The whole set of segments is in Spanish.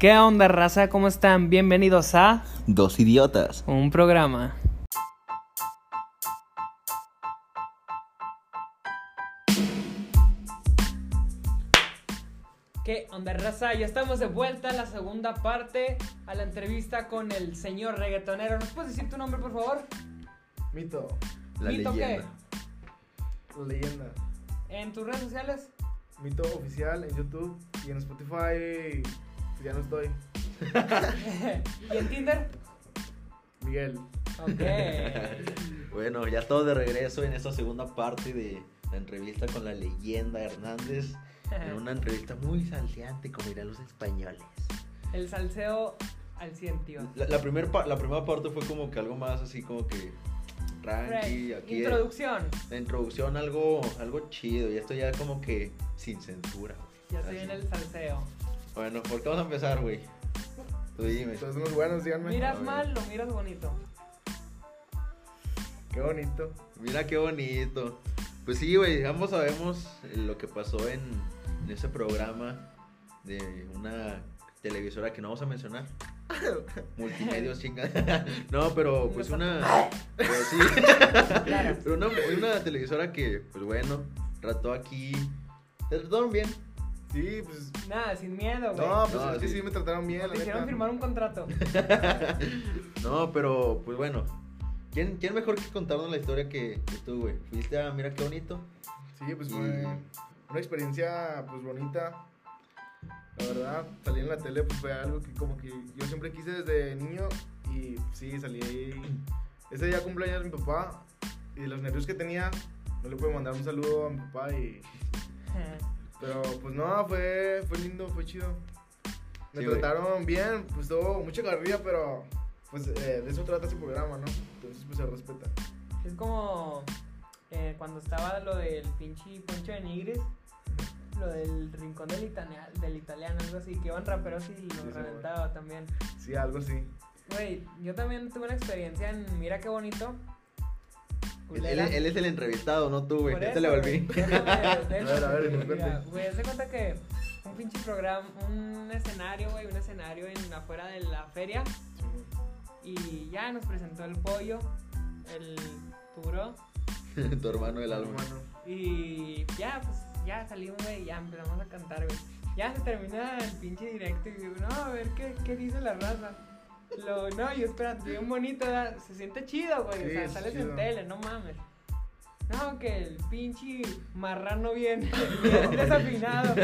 ¿Qué onda, raza? ¿Cómo están? Bienvenidos a Dos idiotas. un programa. ¿Qué onda, raza? Ya estamos de vuelta a la segunda parte, a la entrevista con el señor reggaetonero. ¿Nos puedes decir tu nombre, por favor? Mito, La ¿Mito leyenda. la leyenda. qué? ¿En tus redes sociales? Mito oficial en YouTube y en Spotify. pues ya no estoy. ¿Y en Tinder? Miguel. Ok. Bueno, ya estamos de regreso en esta segunda parte de la entrevista con la leyenda Hernández. En una entrevista muy salteante, como dirán los españoles. El salseo al cien, tío. La, la primer pa- la primera parte fue como que algo más así como que tranqui, Right. aquí Introducción. la introducción algo algo chido y esto ya como que sin censura. güey. Ya se Así. viene el salseo. Bueno, ¿por qué vamos a empezar, güey? Tú dime. Entonces, unos buenos, díganme. Miras ver. mal, lo miras bonito. Qué bonito. Mira qué bonito. Pues sí, güey, ambos sabemos lo que pasó en, en ese programa de una televisora que no vamos a mencionar. Multimedios, chingada. No, pero pues una. Pero sí. Claro. Pero una, una televisora que, pues bueno, trató aquí. Te trataron bien. Sí, pues. Nada, sin miedo, güey. No, pues No, es que sí. sí me trataron bien. Te la hicieron neta. firmar un contrato. No, pero pues bueno. ¿Quién, quién mejor que contarnos la historia que, que tú, güey? Fuiste a Mira qué bonito. Sí, pues Y- fue una experiencia pues bonita. La verdad, salir en la tele pues fue algo que como que yo siempre quise desde niño y pues, sí, salí ahí. Ese día cumpleaños de mi papá y de los nervios que tenía, no le pude mandar un saludo a mi papá y Pero pues no, fue, fue lindo, fue chido. Me Sí, güey. trataron bien, pues todo, mucha carrilla, pero pues eh, de eso trata ese programa, ¿no? Entonces pues se respeta. es como eh, cuando estaba lo del pinche Poncho de Nigris. Lo del rincón del, itania- del italiano, algo así, que iban raperos y Sí, los sí, güey. reventaba también. Sí, algo así. Güey, yo también tuve una experiencia en Mira qué bonito. Él, Culera. él- él es el entrevistado, no tú, güey. Por Ya eso, te le güey. volví. Déjame, déjame, A ver, a ver, güey, cuente. mira, Güey, haz de cuenta que un pinche programa, un escenario, güey, un escenario en afuera de la feria. Y ya nos presentó el pollo, el turo. tu hermano del alma. Hermano. Y ya, pues ya salimos, güey, ya empezamos a cantar, güey. Ya se termina el pinche directo y digo, no, a ver qué, qué dice la raza. Lo, no, yo espérate, bien bonito, ¿verdad? se siente chido, güey. o Sí, sea, es sales en chido. tele, no mames. No, que el pinche marrano bien, bien desafinado.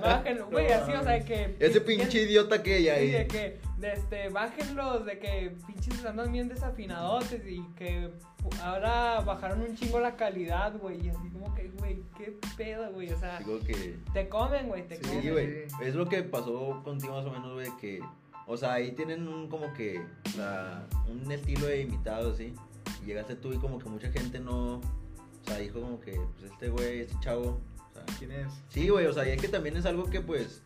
Bájenlo, güey, No así, o sea, mames. que. Ese bien- pinche idiota que ella eh. Sí, de ahí. que, de este, bájenlos, de que pinches andan bien desafinadotes y que pu- ahora bajaron un chingo la calidad, güey. Y así como que, güey, qué pedo, güey. O sea, Digo que. te comen, güey, te Sí, Sí, comen. güey. Es lo que pasó contigo más o menos, güey, que. O sea, ahí tienen un como que. la- un estilo de invitado, así. Y llegaste tú y como que mucha gente no. O sea, dijo como que, pues este güey, este chavo. O sea, ¿Quién es? sí, güey, o sea, y es que también es algo que pues.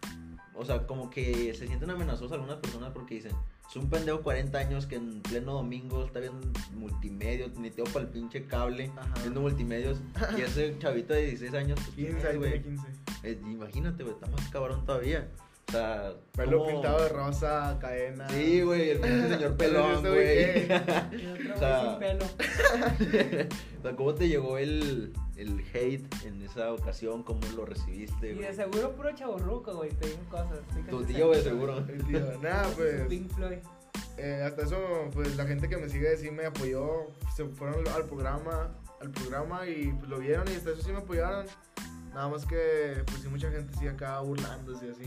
O sea, como que se sienten amenazosas algunas personas porque dicen, es un pendejo 40 años que en pleno domingo está viendo multimedia, ni teo para el pinche cable, Ajá. viendo multimedios. Y ese chavito de 16 años, pues, ¿quién 15, es, ahí güey? tiene 15. Eh, imagínate, güey, está más cabrón todavía. O sea, Pelo ¿cómo? pintado de rosa, cadena. Sí, güey, el pinche señor pelón, Entonces, güey. este Y otro güey O sea, sin pelo. o sea, ¿cómo te llegó el, el hate en esa ocasión? ¿Cómo lo recibiste, Y güey? de seguro puro chaburruco, güey, te digo cosas. estoy Tu casi tío, güey, seguro. seguro. El tío. Nada, pues. Pink Floyd. eh, hasta eso, pues la gente que me sigue sí me apoyó. Se fueron al programa, al programa y pues lo vieron y hasta eso sí me apoyaron. Nada más que, pues sí, mucha gente sigue acá burlándose y así.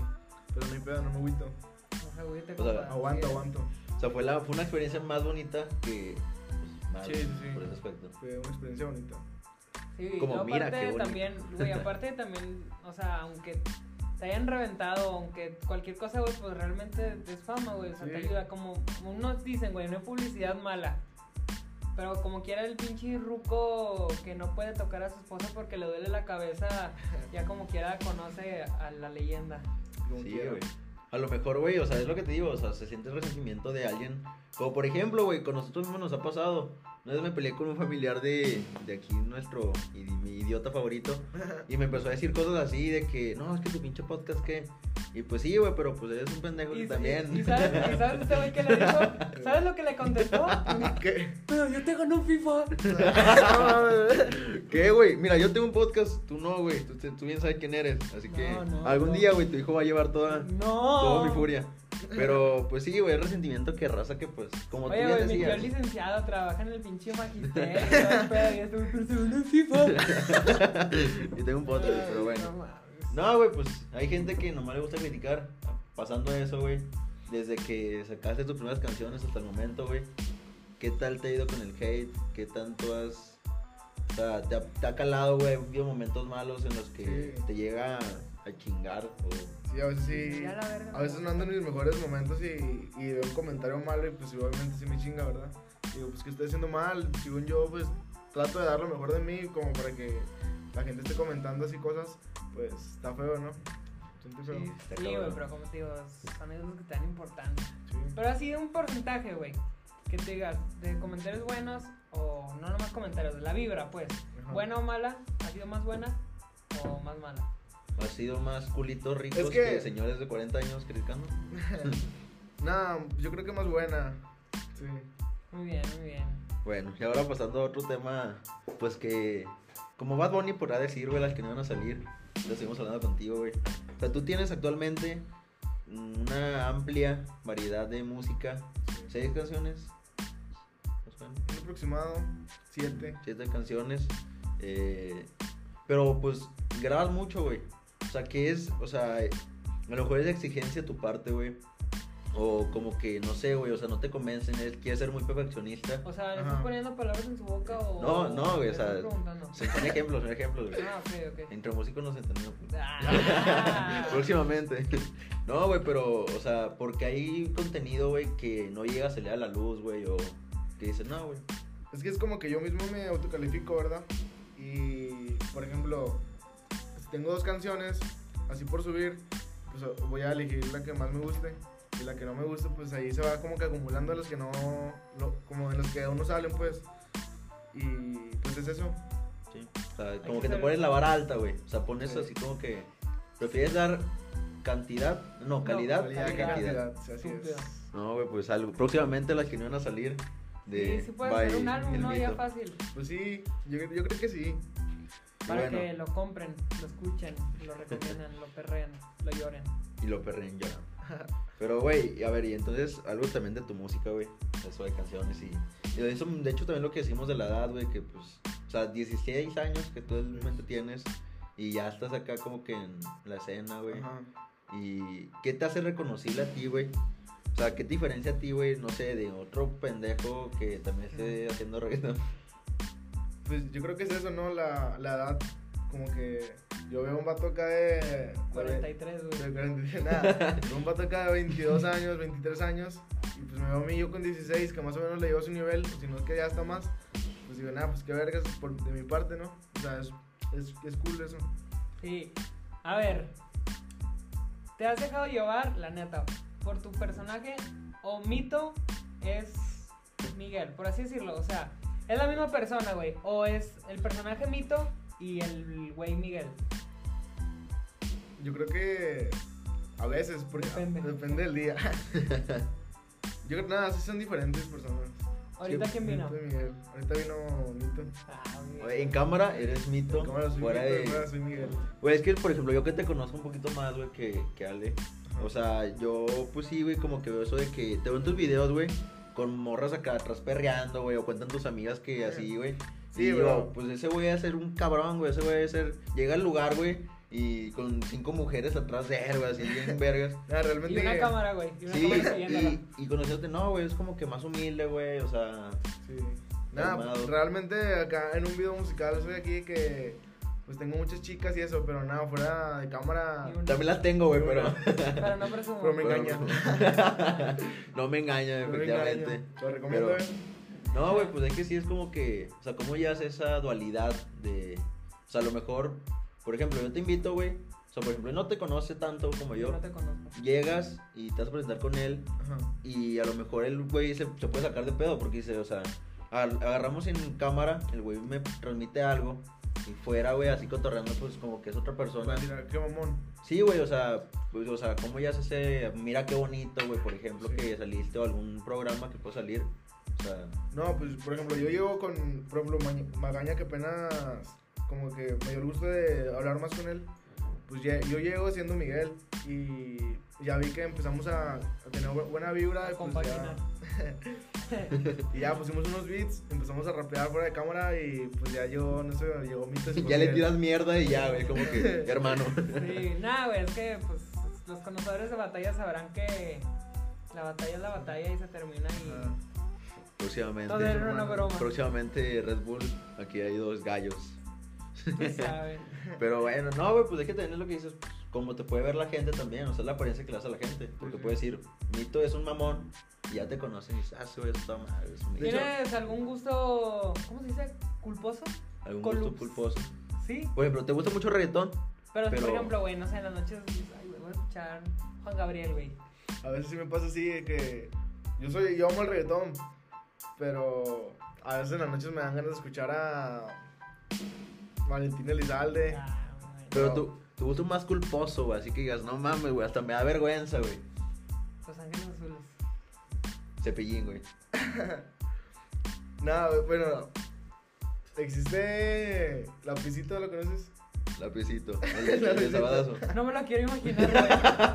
Pero no hay pedo, no me agüito. No, güey, te O sea, compa, Aguanto, sí. aguanto. O sea, fue, la, fue una experiencia más bonita que. Pues, más, Sí, sí, sí. Por ese aspecto. Fue una experiencia bonita. Sí, Como, no, mira, aparte qué bonito. también, güey, aparte también, o sea, aunque te hayan reventado, aunque cualquier cosa, güey, pues realmente es fama, güey, o sea, te Sí. ayuda, como unos dicen, güey, no hay publicidad mala, pero como quiera el pinche ruco que no puede tocar a su esposa porque le duele la cabeza, ya como quiera conoce a la leyenda. Como Sí, quiera. güey. a lo mejor, güey, o sea, es lo que te digo, o sea, se siente el resentimiento de alguien. Como por ejemplo, güey, con nosotros mismos nos ha pasado. Una vez me peleé con un familiar de, de aquí, nuestro y, mi idiota favorito, y me empezó a decir cosas así de que, no, es que tu pinche podcast, que. Y pues sí, güey, pero pues eres un pendejo Y, tú también. y- y sabes, y sabes este güey que le dijo, ¿sabes lo que le contestó? ¿Qué? Pero yo te ganó FIFA. ¿Qué, güey? Mira, yo tengo un podcast, tú no, güey. Tú, tú bien sabes quién eres. Así No, que no, algún no. día, güey, tu hijo va a llevar toda, No. toda mi furia. Pero, pues sí, güey, el resentimiento que raza que, pues, como Oye, tú bien güey, mi tío decías. es licenciado trabaja en el pinche magisterio. el pedo, y este güey, pero se ganó en FIFA. y tengo un podcast, Ay, pero no bueno. mames. No, güey, pues hay gente que nomás le gusta criticar. Pasando eso, güey. Desde que sacaste tus primeras canciones hasta el momento, güey. ¿Qué tal te ha ido con el hate? ¿Qué tanto has... o sea, te, ha, te ha calado, güey? ¿Ha habido momentos malos en los que Sí. te llega a chingar? O... Sí, a veces Sí, sí. a la verga. A veces no ando en mis mejores momentos y, y veo un comentario malo y pues obviamente sí me chinga, ¿verdad? Digo, pues que estoy haciendo mal, según yo pues trato de dar lo mejor de mí como para que la gente esté comentando así cosas, pues está feo, ¿no? Siente feo. Sí, Está sí, güey, cabrón. pero como te digo, son esos que te dan importancia. Sí. Pero así de un porcentaje, güey. Que te digas, de comentarios buenos o no nomás comentarios, la vibra, pues. Ajá. ¿Buena o mala? ¿Ha sido más buena o más mala? ¿Has sido más culitos ricos Es que... que- señores de 40 años criticando? Nah, yo creo que más buena. Sí. Muy bien, muy bien. Bueno, y ahora pasando a otro tema, pues que... Como Bad Bunny podrá decir, güey, las que no van a salir. Lo seguimos hablando contigo, güey. O sea, tú tienes actualmente una amplia variedad de música. Seis canciones. ¿Más o menos? Un aproximado, siete. siete canciones. eh, pero pues grabas mucho, güey. O sea, que es, o sea, a lo mejor es exigencia de tu parte, güey. O como que, no sé, güey, o sea, no te convencen, él quiere ser muy perfeccionista. O sea, ¿le Ajá. estás poniendo palabras en su boca o.? No, no, güey, te o sea, estás preguntando? Se son ejemplos, son ejemplos, güey. Ah, ok, ok. Entre músicos nos entendemos. güey. Ah. Próximamente. No, güey, pero, o sea, porque hay contenido, güey, que no llega a salir a la luz, güey, o que dicen, no, güey. Es que es como que yo mismo me autocalifico, ¿verdad? Y, por ejemplo, si tengo dos canciones, así por subir, pues voy a elegir la que más me guste. Y la que no me guste, pues ahí se va como que acumulando los que no, lo- como de los que aún no salen, pues. Y pues es eso. Sí. O sea, que como que te saber- pones la vara alta, güey. O sea, pones Sí. así como que. Prefieres dar cantidad, no, No, calidad, calidad, que cantidad. sí, así es. Estúpido. No, güey, pues algo. Próximamente las que no van a salir de. Ah. Sí, sí puede by ser un álbum, El ¿no? Ya Mito. fácil. Pues sí, yo, yo creo que sí. Y Para bueno, que lo compren, lo escuchen, lo recomiendan, lo perreen, lo lloren. Y lo perren ya. Pero, güey, y a ver, y entonces algo también de tu música, güey. Eso de canciones y. y de eso, de hecho, también lo que decimos de la edad, güey, que pues. O sea, 16 años que tú realmente tienes y ya estás acá como que en la escena, güey. Ajá. ¿Y qué te hace reconocible a ti, güey? O sea, ¿qué te diferencia a ti, güey? No sé, de otro pendejo que también esté haciendo reggaetón. Pues yo creo que es eso, ¿no? La, la edad, como que yo veo un vato acá de... 43, güey. de 43, nada, veo un vato acá de 22 años, 23 años, y pues me veo a mí yo con 16, que más o menos le llevo a su nivel, o si no es que ya está más, pues digo, nada, pues qué vergas por, de mi parte, ¿no? O sea, es, es, es cool eso. Sí. A ver. ¿Te has dejado llevar, la neta, por tu personaje o mito es Miguel, por así decirlo? O sea, ¿es la misma persona, güey? ¿O es el personaje mito y el güey Miguel? Yo creo que a veces, porque Depende. depende del día. Yo creo que nada, sí son diferentes personas. ¿Ahorita quién vino? Mito y Miguel. Ahorita vino Mito. Ah, Miguel. Güey, En cámara eres mito. En cámara soy fuera Mito, de. en cámara soy Miguel. Güey, es que, por ejemplo, yo que te conozco un poquito más, güey, que, que Ale. O sea, yo, pues sí, güey, como que veo eso de que te veo en tus videos, güey, con morras acá atrás perreando, güey, o cuentan tus amigas que así, güey. Sí, y digo, bro. Pues ese güey va a ser un cabrón, güey, ese güey va a ser. Llega al lugar, güey, y con cinco mujeres atrás de él, güey, así bien vergas. Nada, realmente. Y una cámara, güey. Y una Sí, cámara siguiéndolo. y, y conocerte, no, güey, es como que más humilde, güey, o sea, Sí. Nada, Calmado. realmente acá en un video musical soy aquí que pues tengo muchas chicas y eso, pero nada, fuera de cámara. Ni una. también las tengo, güey, pero... Pero no presumo. Pero me- pero- no me engaña, no me engaño. efectivamente. Lo recomiendo, Pero- eh. No, güey, pues es que sí es como que, o sea, cómo llevas esa dualidad de, o sea, a lo mejor, por ejemplo, yo te invito, güey, O sea, por ejemplo, no te conoce tanto como Yo yo. no te conozco. Llegas y te vas a presentar con él Ajá. y a lo mejor el güey se, se puede sacar de pedo porque dice, o sea, al- agarramos en cámara, el güey me transmite algo y fuera, güey, así cotorreando, pues como que es otra Va persona. a tirar, Qué mamón. Sí, güey, o sea, pues, o sea, cómo ya se hace, mira qué bonito, güey, por ejemplo, Sí. que saliste o algún programa que puedo salir. O sea, No, pues por ejemplo, yo llevo con, por ejemplo, Ma- Magaña que apenas como que me dio el gusto de hablar más con él. Pues ya- yo llego siendo Miguel y ya vi que empezamos a, a tener bu- buena vibra. A y pues ya, compaginar. y ya pusimos unos beats, empezamos a rapear fuera de cámara y pues ya llegó, no sé, llegó mi ya le tiras mierda y ya, güey, como que, hermano. Sí, nada, güey, es que pues los conocedores de batalla sabrán que la batalla es la batalla y se termina y Ajá. Próximamente, todo era una broma. próximamente Red Bull, aquí hay dos gallos. Tú sabes. Pero bueno, no, güey, pues es que también es lo que dices, pues, como te puede ver la gente también, o sea, la apariencia que le das a la gente. Porque Sí, sí. puedes decir, Mito es un mamón, y ya te conocen y dices, ah, sí, güey, está mal, es un De hecho- ¿Tienes algún gusto, cómo se dice? ¿Culposo? algún Colups. gusto pulposo. Sí. Por ejemplo, ¿te gusta mucho el reggaetón? Pero, si, por Pero- ejemplo, güey, no sé, en las noches dices, ay, güey, voy a escuchar Juan Gabriel, güey. A veces sí me pasa así de que yo soy yo amo el reggaetón, pero a veces en las noches me dan ganas de escuchar a Valentín Elizalde. Ah, güey. Pero No. tu, tu gusto más culposo, güey, así que digas, no mames, güey, hasta me da vergüenza, güey. Los Ángeles Azules. Cepillín, güey. Nada, bueno, existe la pisita, ¿lo conoces? Lapicito, el, de- el de sabadazo. No me lo quiero imaginar,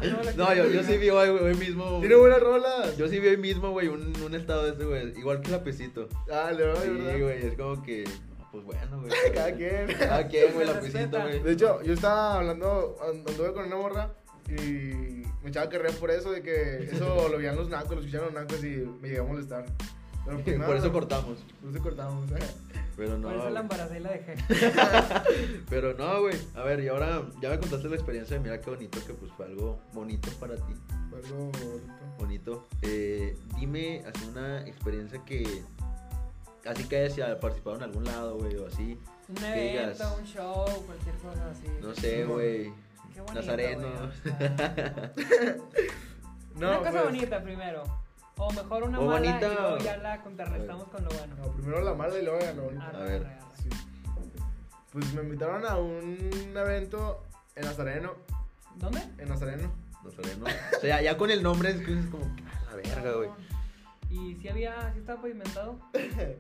güey. me lo No, quiero yo, yo imaginar. sí vi hoy, hoy mismo. Tiene buenas rolas. Yo sí vi hoy mismo, güey, un, un estado de este, güey, igual que Lapicito. Ah, le va Sí, ¿verdad? güey, es como que, no, pues bueno, güey. Cada quien. Cada quien, güey, Se Lapicito, respeta. güey. De hecho, yo estaba hablando, and- anduve con una morra y me echaba carrera por eso, de que eso lo veían los nacos, lo escuchaban los nacos y me llegué a molestar. Pero pues nada, Por eso cortamos. Por eso cortamos. ¿eh? Pero no. Por eso la güey. embaracé y la dejé. Pero no, güey. A ver, y ahora ya me contaste la experiencia de mira qué bonito que pues fue algo bonito para ti. Fue algo bonito. Bonito. Eh, dime, así una experiencia que. Así que hayas participado en algún lado, güey, o así. Un Que digas- evento, un show, cualquier cosa así. No sé, Simón. güey. Qué bonito, Nazareno. güey, o sea, No, una cosa pues, bonita primero. O mejor una O mala bonita, y luego o- ya la contrarrestamos con lo bueno. No, primero la mala y luego la Arre, bonita. A ver. arre, arre. Sí. Pues me invitaron a un evento en Nazareno. ¿Dónde? En Nazareno. Nazareno. O sea, ya con el nombre es, que es como. A la verga, güey. ¿Y si había, si estaba pavimentado?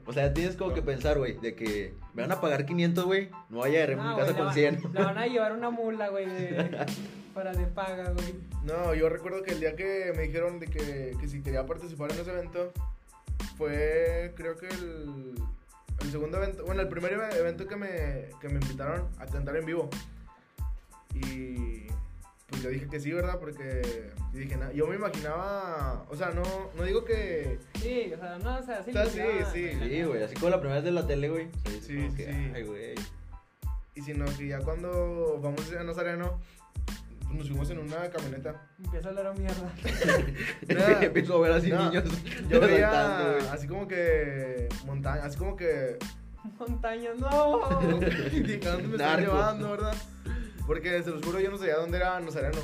O sea, tienes como que pensar, güey, de que me van a pagar 500, güey. No vaya a Ah, mi güey, casa la con va- 100. La van a llevar una mula, güey, de- para de paga, güey. No, yo recuerdo que el día que me dijeron de que, que si quería participar en ese evento, fue creo que el, el segundo evento, bueno, el primer eve- evento que me, que me invitaron a cantar en vivo. Y pues yo dije que sí, ¿verdad? Porque yo dije, "Na- yo me imaginaba, o sea, no, no digo que... Sí, o sea, no, o sea, sí. O sea, lo sí, llevaban, sí. la Ah, Sí, neta. güey, así como la primera vez de la tele, güey. O sea, es Sí, como sí, que, sí. Ay, güey. Y sino que ya cuando vamos a Nazareno, nos subimos en una camioneta. Empieza a hablar a mierda. Nah. Empiezo a ver así Nah. niños. Yo saltando, veía güey. así como que montaña, así como que Montaña, no. ¿Y a dónde me están Narco. llevando, verdad? Porque se los juro, yo no sabía dónde era Nazareno.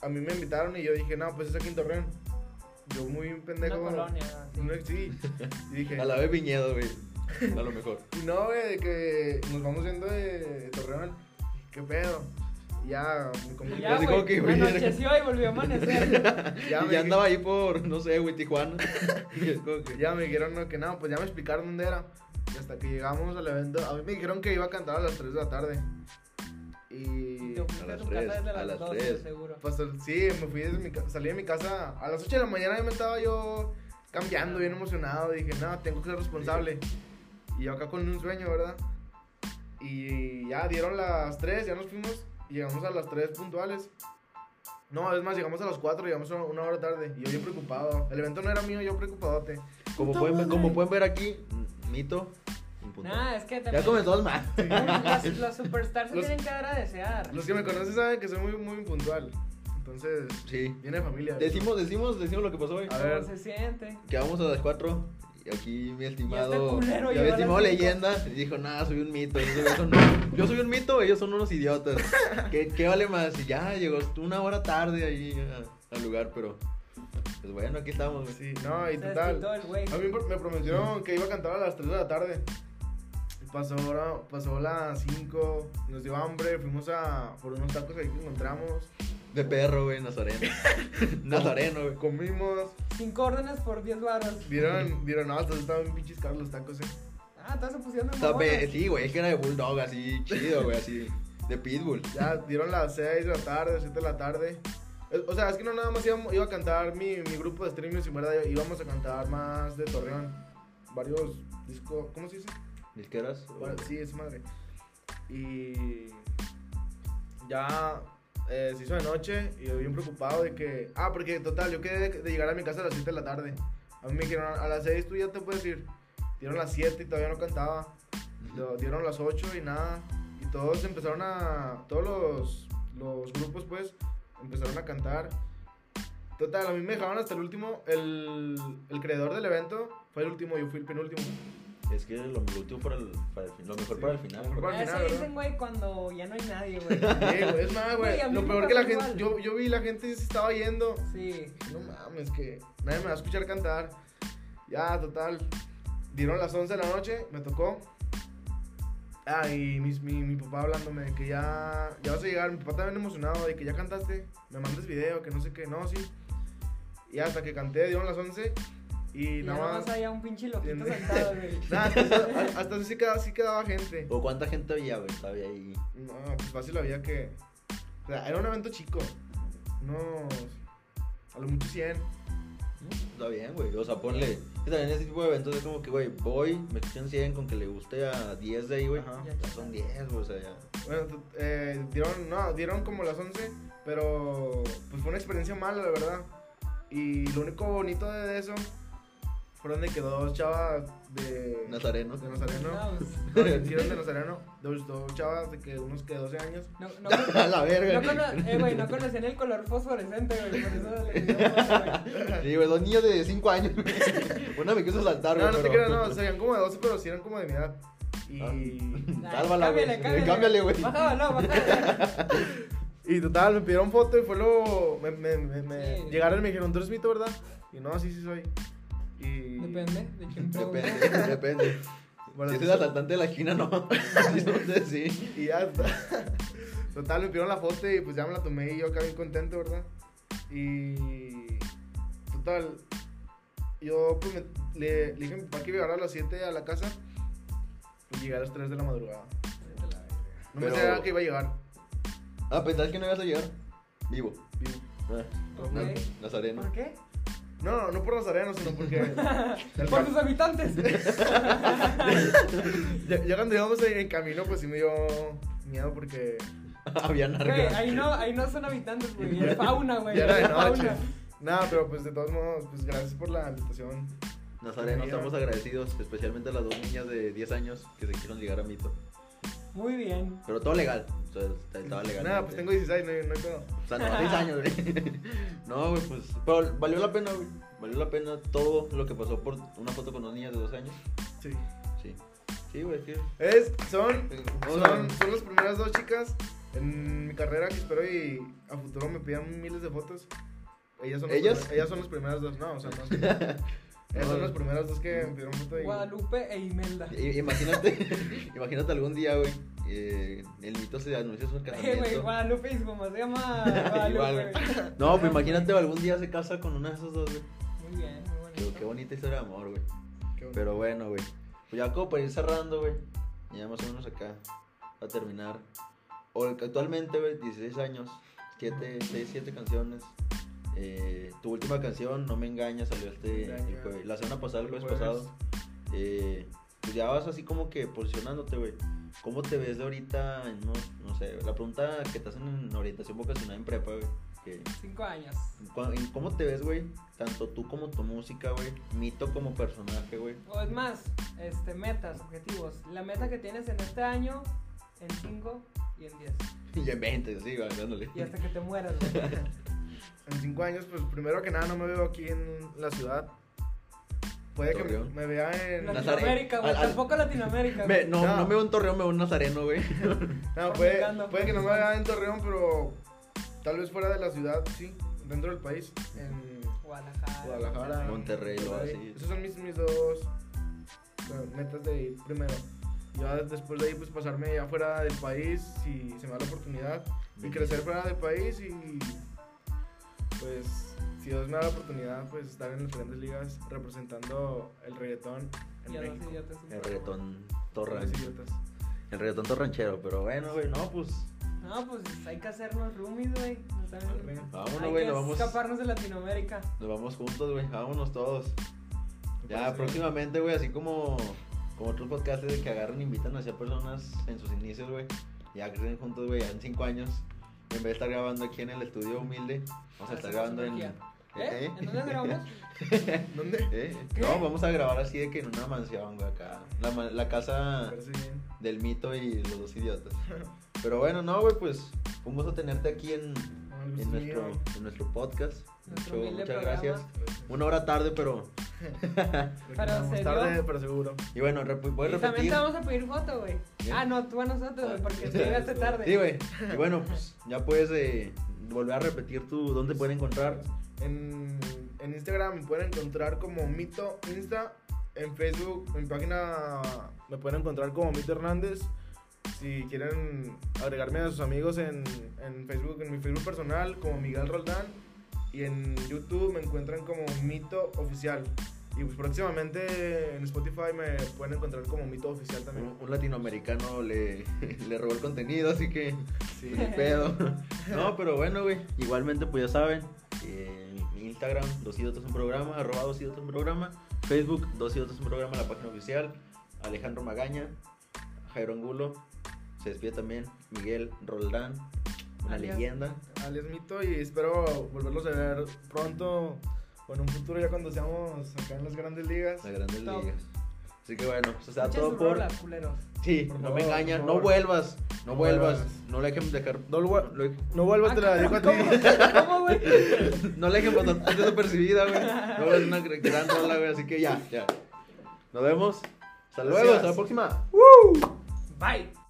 A mí me invitaron y yo dije, no, pues es aquí en Torreón. Yo muy Una pendejo. colonia. sí. no, sí. Y dije, A la vez viñedo, güey. A lo mejor. y no, güey, de que nos vamos yendo de Torreón. ¿Qué pedo? Y ya, me Y compré- ya, Así como güey, que, güey, anocheció y volvió a amanecer. Ya, ya, y me ya dij- andaba ahí por, no sé, güey, Tijuana. Y es como que- ya me dijeron no, que no, pues ya me explicaron dónde era. Y hasta que llegamos al evento, a mí me dijeron que iba a cantar a las 3 de la tarde. Y... Te fuiste A a las tu tres, casa desde a las, las 12, tres. seguro. Pues sí, me fui desde mi ca- salí de mi casa a las 8 de la mañana, ya me estaba yo cambiando, bien emocionado, dije, no, tengo que ser responsable. Y yo acá con un sueño, ¿verdad? Y ya dieron las 3, ya nos fuimos y llegamos a las 3 puntuales. No, es más, llegamos a las 4, llegamos una- una hora tarde y yo bien preocupado. El evento no era mío, yo preocupadote. como, Puta pueden, ver- madre. como pueden ver aquí, mm, Mito. impuntual. Nah, es que también. ya comenzó mal. Las, las superstars se Los- tienen que dar a desear. Los que me conocen saben que soy muy, muy puntual. Entonces, Sí. viene de familia. eso. Decimos, decimos, decimos lo que pasó, güey. A ¿Cómo ver. se siente? Quedamos a las 4 aquí mi Ya está estimado, culero, llevar ya mi al estimado cinco. leyenda dijo, nada, soy un mito. esos güeyes son un- yo soy un mito, ellos son unos idiotas. ¿Qué, qué vale más? Y ya llegó una hora tarde ahí a- al lugar, pero pues bueno, aquí estamos. güey. Sí, no, y Se desquitó total. el güey. A mí me prometieron que iba a cantar a las 3 de la tarde. Pasó, hora- pasó las 5, nos dio hambre, fuimos a por unos tacos ahí que encontramos, De perro, güey, nazareno. nazareno, güey. comimos, Cinco órdenes por 10 baros. vieron, vieron, no, estos estaban bien pinches caros los tacos, eh. Ah, todos se pusieron de Está pe- mamones. Sí, güey, es que era de bulldog, así chido, güey, así de pitbull. Ya dieron las 6 de la tarde, 7 de la tarde. Es- O sea, es que no nada más íbamos- iba a cantar mi, mi grupo de streamers, en verdad íbamos a cantar más de Torreón. Varios discos, ¿cómo se dice? ¿Disqueras? Bueno, sí, es madre. Y ya eh, se hizo de noche y yo bien preocupado de que... Ah, porque total, yo quedé de, de llegar a mi casa a las 7 de la tarde. A mí me dijeron, a las 6 tú ya te puedes ir. Dieron las 7 y todavía no cantaba. Lo- dieron las 8 y nada. Y todos empezaron a... Todos los, los grupos pues empezaron a cantar. Total, a mí me dejaron hasta el último. El, el creador del evento fue el último, yo fui el penúltimo. Es que lo, último para el, para el fin- lo mejor Sí, para el final. lo mejor güey. para el Ah, Eso final, ¿verdad? dicen, güey, cuando ya no hay nadie, güey. Sí, güey, es más, Güey, a güey. mí Lo me peor que la pasó gente. igual. Yo, yo vi la gente se estaba yendo. Sí. No mames, que nadie me va a escuchar cantar. Ya, total. Dieron las 11 de la noche, me tocó. Ah, y mis- mi, mi papá hablándome de que ya, ya vas a llegar. Mi papá también emocionado de que ya cantaste. Me mandes video, que no sé qué. No, sí. Y hasta que canté, dieron las 11. Y Y nada más. allá un pinche loquito Tiene- sentado, güey. Nada, hasta, hasta eso sí quedaba, sí quedaba gente. ¿O cuánta gente había, güey? Estaba ahí. No, pues fácil había que. O sea, era un evento chico. Unos. A lo mucho 100. Está bien, güey. O sea, ponle. Que también ese tipo de eventos es como que, güey, voy, me escuchan 100 con que le guste a 10 de ahí, güey. Ajá. Ya son 10, güey. O sea, ya. Bueno, tu- eh, dieron, no, dieron como las 11, pero pues fue una experiencia mala, la verdad. Y lo único bonito de eso fueron de que dos chavas de Nazareno. De Nazareno. No, No, pues, hicieron de Nazareno. Dos, dos chavas de que unos que 12 años. no, no, A la verga. no cono- eh, güey, no conocían el color fosforescente, güey. Por eso le dio Sí, güey, dos niñas de 5 años. güey. Una me quiso saltar, güey. no, no te pero- pues. creas, no, serían como de 12, pero sí eran como de mi edad. Y. Ah. Sálvala, güey. Cámbiale, güey. Bájalo, no, bájalo. Y total, me pidieron foto y fue lo. Me, me, me, me- Sí. Llegaron y me dijeron, ¿tú eres mito, verdad? Y no, sí, sí soy. Y. Depende de quién pregunta. Depende, depende. Bueno, si es el entonces- asaltante de la esquina, no. Sí, entonces, sí. Y ya está. Total, me pidieron la foto y pues ya me la tomé y yo acá bien contento, ¿verdad? Y. Total. Yo pues me- le, le dije a mi papá que iba a llegar a las 7 a la casa y llegué a las 3 de la madrugada. No Pero- me sabía que iba a llegar Ah, pensás que no ibas a llegar. Vivo. vivo. Ah, Ok. Nazareno. ¿Por qué? No, no, no por los arenos, sino porque. el Por ca- sus habitantes. Ya, ya cuando íbamos en el camino, pues sí me dio miedo porque Había Güey, narcos. ahí no, ahí no son habitantes, güey. Es fauna, güey. ya era de es noche. fauna. Nada, pero pues de todos modos, pues gracias por la invitación. Nazareno, estamos agradecidos, especialmente a las dos niñas de 10 años que se quisieron ligar a Mito. Muy bien. Pero todo legal. O sea, est- estaba legal. Nada, pues tengo 16, no, no hay pedo. O sea, no, 10 años, güey. No, güey, pues. Pero valió la pena, güey. Valió la pena todo lo que pasó por una foto con dos niñas de 2 años. Sí. Sí. Sí, güey, es que. Es, son, Hola. son, son las primeras dos chicas en mi carrera que espero y a futuro me pidan miles de fotos. Ellas son las, ¿Ellas? primeras- ellas son las primeras dos, no, o sea, no. ellas son las primeras dos que me pidieron foto y... Guadalupe e Imelda. I- Imagínate, imagínate algún día, güey. eh, el mito se anuncia su Eh, güey, casamiento. Guadalupe y su mamá se llama Igual, Guadalupe. güey. Ah, güey. No, pues imagínate algún día se casa con una de esas dos, güey. Muy bien, muy bonito. Qué, qué bonita historia de amor, güey. Qué bueno. Pero bueno, güey. Pues ya como para ir cerrando, güey. Ya más o menos acá. A terminar. O- Actualmente, güey, 16 años. 7, 6, 7 canciones. Eh, tu última canción, No me engañas, salió este No me el engañas. jue- la semana pasada, el jueves Jueves. pasado. Eh, pues ya vas así como que posicionándote, güey. ¿Cómo te ves de ahorita? en unos- no, sé, la pregunta que te hacen en orientación vocacional en prepa, güey. que- Cinco años. cu- en ¿Cómo te ves, güey? Tanto tú como tu música, güey. Mito como personaje, güey. O es más, este, metas, objetivos. La meta que tienes en este año, en 5 y en 10. Y en 20, sí, va, dándole. Y hasta que te mueras, güey. En cinco años, pues primero que nada no me veo aquí en la ciudad. Puede que Torreón. me vea en. Nazare- Latinoamérica, güey. Al- al- Tampoco Latinoamérica. Me- güey. no, No. no me veo un torreón, me veo un nazareno, güey. No, puede, Brincando. puede que no me vea en Torreón, pero tal vez fuera de la ciudad, sí. Dentro del país, en Guadalajara. Guadalajara. Monterrey, lo Monterrey. así. Esas son mis, mis dos bueno, metas de ir primero. Ya después de ahí, pues pasarme ya fuera del país si se me da la oportunidad. Y crecer fuera del país y. Pues, si Dios me da la oportunidad, pues estar en las grandes ligas representando el reggaetón en Y a los México. idiotas. El reggaetón Los torranchero. idiotas. El reggaetón torranchero, pero bueno, güey, no, pues. No, pues hay que hacernos roomies, güey. No saben- Al reino. Vámonos, hay güey, que nos vamos. escaparnos de Latinoamérica. Nos vamos juntos, güey. Vámonos todos. Me Ya parece próximamente, güey, así como, como otros podcasts de que agarran, invitan así a personas en sus inicios, güey. Ya crecen juntos, güey, ya en cinco años. En vez de estar grabando aquí en el estudio humilde, vamos a estar Hacemos grabando en. energía. ¿Eh? ¿En dónde grabamos? bien. ¿Dónde? ¿Eh? ¿Qué? No, vamos a grabar así de que en una mansión, güey, acá. La, ma- la Me casa parece bien. del mito y los dos idiotas. Pero bueno, no, güey, pues un gusto tenerte aquí en, No, el gusto en, es nuestro, mío. en nuestro podcast. Nuestro Mucho- humilde muchas programa. gracias. Una hora tarde, pero. Porque Pero vamos se tarde, dio. pero seguro. Y bueno, rep- voy a Y también repetir. te vamos a pedir foto, güey. Bien. Ah, no, tú a nosotros, güey, porque tú llegaste tarde. Sí, güey. Y bueno, pues ya puedes eh, volver a repetir tú dónde te pueden encontrar. En, en Instagram me pueden encontrar como Mito Insta. En Facebook, en mi página, me pueden encontrar como Mito Hernández. Si quieren agregarme a sus amigos en, en Facebook, en mi Facebook personal, como Miguel Roldán. Y en YouTube me encuentran como Mito Oficial. Y pues próximamente en Spotify me pueden encontrar como Mito Oficial también. Un, un latinoamericano le, le robó el contenido, así que Sí. ni pedo. No, pero bueno, güey. Igualmente, pues ya saben. eh, mi Instagram, dos idiotas un programa, arroba dos idiotas un programa. Facebook, dos idiotas un programa, la página oficial. Alejandro Magaña, Jairo Angulo. Se despide también Miguel Roldán, una Alias. leyenda. alias Mito y espero volverlos a ver pronto o en un futuro ya cuando seamos acá en las grandes ligas. Las grandes Top. ligas. Así que bueno, pues está Echen todo sus por. rolas, culeros. Sí, Por no favor, me engañas, por no favor. vuelvas, no No vuelvas, vuelvas. no le dejen dejar, no, No lo lo- vuel- lo- No vuelvas, te la dejo a ti. Ah, ¿Cómo, ¿Cómo, güey? no le dejen pasar desapercibida, güey. No es una gr- gran rola, güey, así que ya, ya. Nos vemos. Hasta luego, Gracias. hasta la próxima. Bye.